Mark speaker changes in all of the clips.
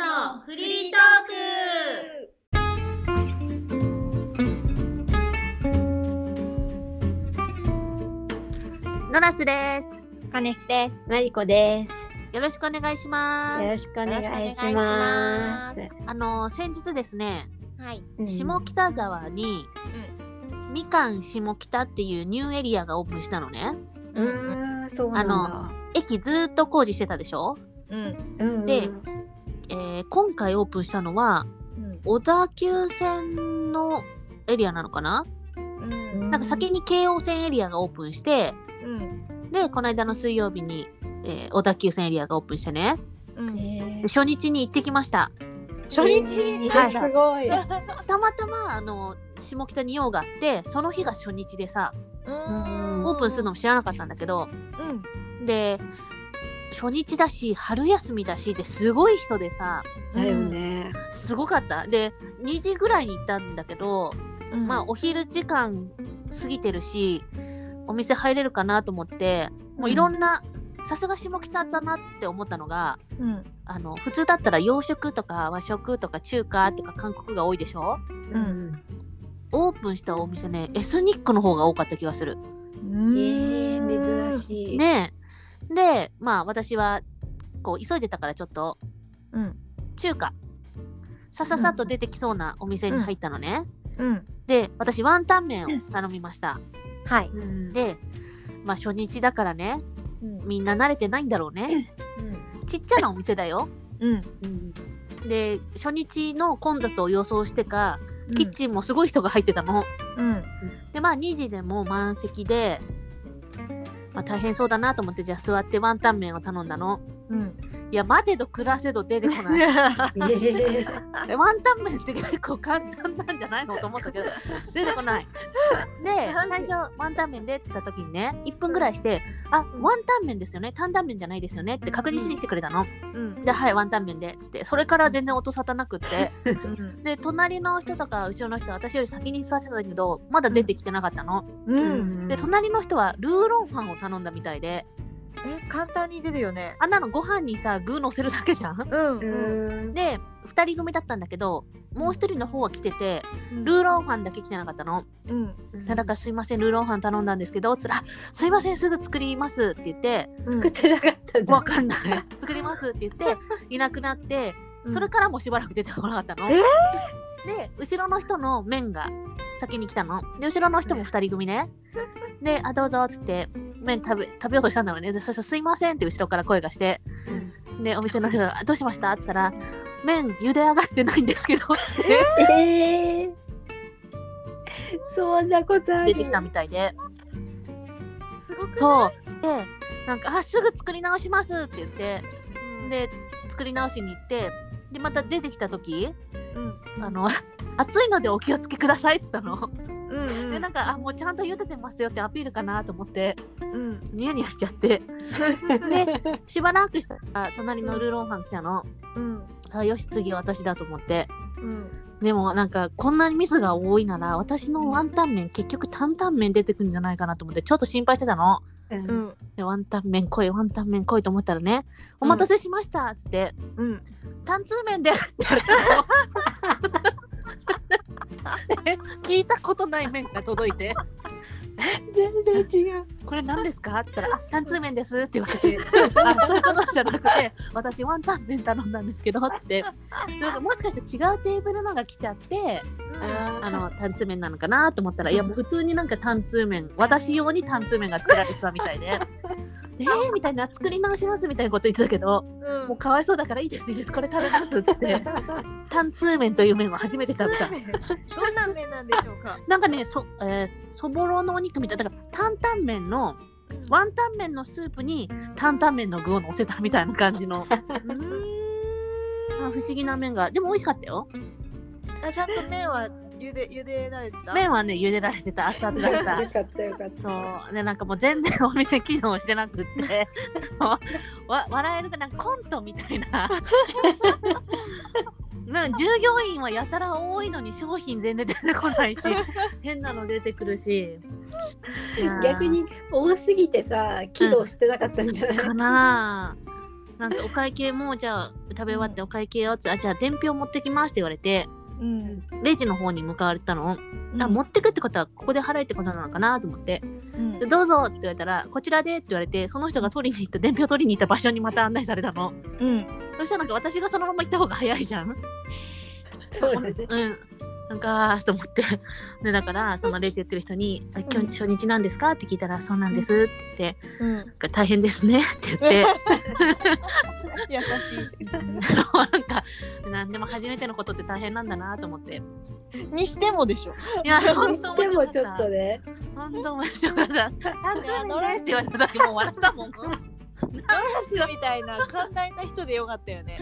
Speaker 1: のフリートーク
Speaker 2: ノラスです。
Speaker 1: カネスです。
Speaker 3: マリコです。
Speaker 2: よろしくお願いします。
Speaker 3: よろしくお願いし
Speaker 1: よろしくお願
Speaker 3: ま。
Speaker 1: いします
Speaker 2: あの先日ですね、
Speaker 1: はい。
Speaker 3: うん
Speaker 2: 下北沢に、みかん下北っていうニューエリアがオープンしたのね。
Speaker 3: うーん、そうなんだ。
Speaker 2: 駅ずっと工事してたでしょ。
Speaker 1: うん。
Speaker 3: うんうん
Speaker 2: でえー今回オープンしたのは小田急線のエリアなのかな。
Speaker 1: うん。
Speaker 2: なんか先に京王線エリアがオープンして、
Speaker 1: うん。
Speaker 2: でこの間の水曜日に、えー小田急線エリアがオープンしてね。
Speaker 1: うん。
Speaker 3: え
Speaker 2: で初日に行ってきました。
Speaker 1: 初日に
Speaker 3: ー
Speaker 2: はい
Speaker 3: すごい。
Speaker 2: たまたまあの下北に用があってその日が初日でさ
Speaker 3: ん
Speaker 2: オープンするの。も知らなかったんだけど
Speaker 1: うん。
Speaker 2: で初日だし春休みだしですごい人でさ
Speaker 3: だよ。ね。
Speaker 2: すごかったで2時ぐらいに行ったんだけど、
Speaker 1: うん、
Speaker 2: まあお昼時間過ぎてるしお店入れるかなと思ってもういろんなさすが下北だなって思ったのが
Speaker 1: うん。
Speaker 2: あの普通だったら洋食とか和食とか中華とか韓国が多いでしょ
Speaker 1: う
Speaker 2: オープンしたお店ねエスニックの方が多かった気がする。
Speaker 3: えー、珍
Speaker 1: い。
Speaker 3: しい。
Speaker 2: ねえでまあ私はこう急いでたからちょっと
Speaker 1: うん。
Speaker 2: 中華さささっと出てきそうなお店に入ったのね、
Speaker 1: うん。
Speaker 2: で私ワンタン麺を頼みました、
Speaker 1: はい。
Speaker 3: うん。
Speaker 2: でまあ初日だからね
Speaker 1: うん。
Speaker 2: みんな慣れてないんだろうねちっちゃなお店だよ
Speaker 1: うん。
Speaker 3: うん
Speaker 2: で初日の混雑を予想してかキッ
Speaker 1: ン。
Speaker 2: チンもすごい人が入ってたの、
Speaker 1: うん。
Speaker 2: でまあ2時でもう満席で、まあ、大変そうだなと思ってじゃあ座ってワンタン麺を頼んだの
Speaker 1: うん。
Speaker 2: いや待てど暮らせど出てこない
Speaker 3: えー
Speaker 2: えワンタン麺って結構簡単なんじゃないのと思ったけど 出てこない。で
Speaker 1: なんで
Speaker 2: 最初ワンタン麺でって言った時にね1分ぐらいして「あワンタン麺ですよね担々麺じゃないですよね」って確認しに来てくれたの。
Speaker 1: うん。
Speaker 2: で「はいワンタン麺で」っつってそれから全然音沙汰なくって
Speaker 1: うん。
Speaker 2: で隣の人とか後ろの人は私より先に座ってたんだけどまだ出てきてなかったの。
Speaker 1: う。
Speaker 3: うんん
Speaker 2: で隣の人はルーロンファンを頼んだみたいで
Speaker 1: え、簡単に出るよね。
Speaker 2: あんなのご飯にさ具乗せるだけじゃん。
Speaker 1: うん。
Speaker 3: う。
Speaker 1: うん
Speaker 2: で2人組だったんだけどもう1人の方は来てて
Speaker 1: ん。
Speaker 2: ルーロンファンだけ来てなかったの。
Speaker 1: うん。
Speaker 2: だからすいませんルーロンハン頼んだんですけどつらあすいませんすぐ作りますって言って
Speaker 3: 作ってなかったんだ
Speaker 2: わかんない 作りますって言っていなくなってそれからもしばらく出てこなかったの。
Speaker 1: え
Speaker 2: で後ろの人の麺が先に来たの。で後ろの人も2人組ね。で「あどうぞ」っつって麺食べ食べようとしたんだろうね。でそしたら「すいません」って後ろから声がしてでお店の人があ「どうしました?」って言ったら「麺茹で上がってないんですけど」って
Speaker 3: えーそんなことある
Speaker 2: 出てきたみたいで。
Speaker 1: すごく。
Speaker 2: そうでなんか「あすぐ作り直します」って言ってで作り直しに行ってでまた出てきた時
Speaker 1: うん。
Speaker 2: 「あの暑いのでお気をつけください」って言ったの。
Speaker 1: うん。
Speaker 2: でなんかあ「もうちゃんと茹でてますよ」ってアピールかなと思って
Speaker 1: うん。
Speaker 2: ニヤニヤしちゃってでしばらくしたら隣のルーロンファン来たの。
Speaker 1: うん。
Speaker 2: あよし次私だと思って
Speaker 1: うん。
Speaker 2: でもなんかこんなにミスが多いなら私のワンタン麺結局担々麺出てくるんじゃないかなと思ってちょっと心配してたの。
Speaker 3: うん
Speaker 1: うん。
Speaker 2: でワンタン麺来いワンタン麺来いと思ったらね「お待たせしました」っつって
Speaker 1: うん。
Speaker 2: 「タンツーメンです」って言われたの 聞いたことない麺が届いて
Speaker 3: 全然違う。
Speaker 2: 「これ何ですか?」っつったら「あタンツーメンです」って言われて「あそういうことじゃなくて私ワンタン麺頼んだんですけど」っつってなんかもしかして違うテーブルのが来ちゃってあのタンツーメンなのかなと思ったらいやもう普通になんかタンツーメン私用にタンツーメンが作られてたみたい で。えー、みたいな作り直しますみたいなこと言ってたけど
Speaker 1: うん
Speaker 2: もうかわいそうだからいいですいいですこれ食べますっつって タンツーメンという麺を初めて食べた
Speaker 1: どんな麺なんでしょうか。
Speaker 2: なんかねそ,、えーそぼろのお肉みたいなだから担々麺のワンタン麺のスープに担々麺の具を乗せたみたいな感じ のあ不思議な麺がでも美味しかったよ
Speaker 1: あ、ちゃんと麺は茹で、茹でられてた。
Speaker 2: 麺はね茹でられてた熱々だった
Speaker 3: よかったよかった。
Speaker 2: そうでなんかもう全然お店機能してなくって わわ笑えるなんかコントみたいな なんか従業員はやたら多いのに商品全然出てこないし変なの出てくるしいやー
Speaker 3: 逆に多すぎてさ、起動してなかったんじゃない
Speaker 2: かなあなんかお会計もじゃあ食べ終わってお会計をって、あじゃあ伝票持ってきますって言われて
Speaker 1: うん
Speaker 2: レジの方に向かわれたの、あ持ってくってことはここで払えってことなのかなと思って
Speaker 1: うん
Speaker 2: でどうぞって言われたらこちらでって言われてその人が取りに行った伝票取りに行った場所にまた案内されたの
Speaker 1: うん
Speaker 2: そしたらなんか私がそのまま行った方が早いじゃん
Speaker 3: そうだね。
Speaker 2: うんなんかあーと思ってでだからそのレジ売ってる人に「あ今日初日なんですか?」って聞いたら「そうなんです」って言って
Speaker 1: う
Speaker 2: 「
Speaker 1: ん
Speaker 2: なんか大変ですね」って言 って
Speaker 1: 優し
Speaker 2: なんか何でも初めてのことって大変なんだなと思って
Speaker 1: いにしてもでしょ
Speaker 2: いや
Speaker 3: に
Speaker 2: 本
Speaker 3: し
Speaker 2: 当
Speaker 3: て
Speaker 2: 面
Speaker 3: も
Speaker 2: 白
Speaker 3: ちょ
Speaker 2: か
Speaker 3: っ
Speaker 2: っ
Speaker 3: と
Speaker 2: た
Speaker 3: ね。
Speaker 2: 本当面白か った
Speaker 1: 単
Speaker 2: 「そうなんです」って言われた時もう笑ったもん本
Speaker 1: ドラスみたいな寛大な人でよかったよね。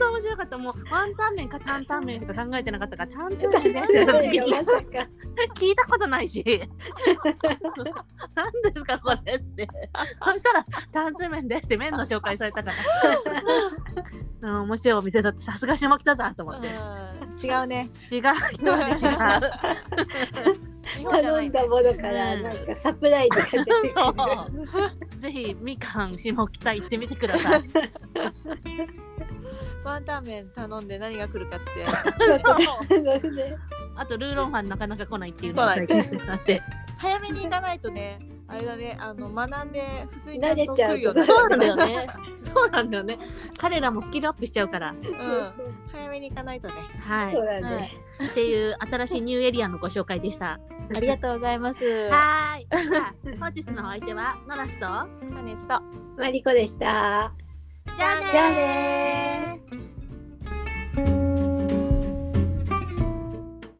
Speaker 2: 当面白かったもうワンタン麺か担々麺しか考えてなかったから担々麺です
Speaker 3: すごいよまさか。
Speaker 2: 聞いたことないし何ですかこれってそしたら「タンツ麺です」って麺の紹介されたから、うん、面白いお店だってさすが下北沢と思って
Speaker 1: 違うね。
Speaker 2: 違う人味違う
Speaker 1: 日本じゃな
Speaker 3: 頼
Speaker 1: い
Speaker 3: んだものから
Speaker 2: うん
Speaker 3: なんかサプライズが出てくる。
Speaker 2: そうぜひみかん下北行ってみてください
Speaker 1: ワンタン麺頼んで何が来るかっつって。
Speaker 3: そうね
Speaker 2: あとルーロンファンなかなか来ないっていうのを
Speaker 1: 来ない
Speaker 2: 体験してもらって
Speaker 1: 早めに行かないとね、あれだね、あの学んで普通に
Speaker 3: 慣れちゃうと
Speaker 1: ちゃんと来るよね
Speaker 2: そうなんだよねそうなんだよね彼らもスキルアップしちゃうから
Speaker 1: うん早めに行かないとね。
Speaker 2: はい、
Speaker 3: そうだね
Speaker 2: はいっていう新しいニューエリアのご紹介で した
Speaker 1: ありがとうございます。
Speaker 2: はーい。じゃあ 本日のお相手はノラスと。
Speaker 1: カネスと。
Speaker 3: マリコでした。
Speaker 2: じゃあねー
Speaker 3: じゃあねー。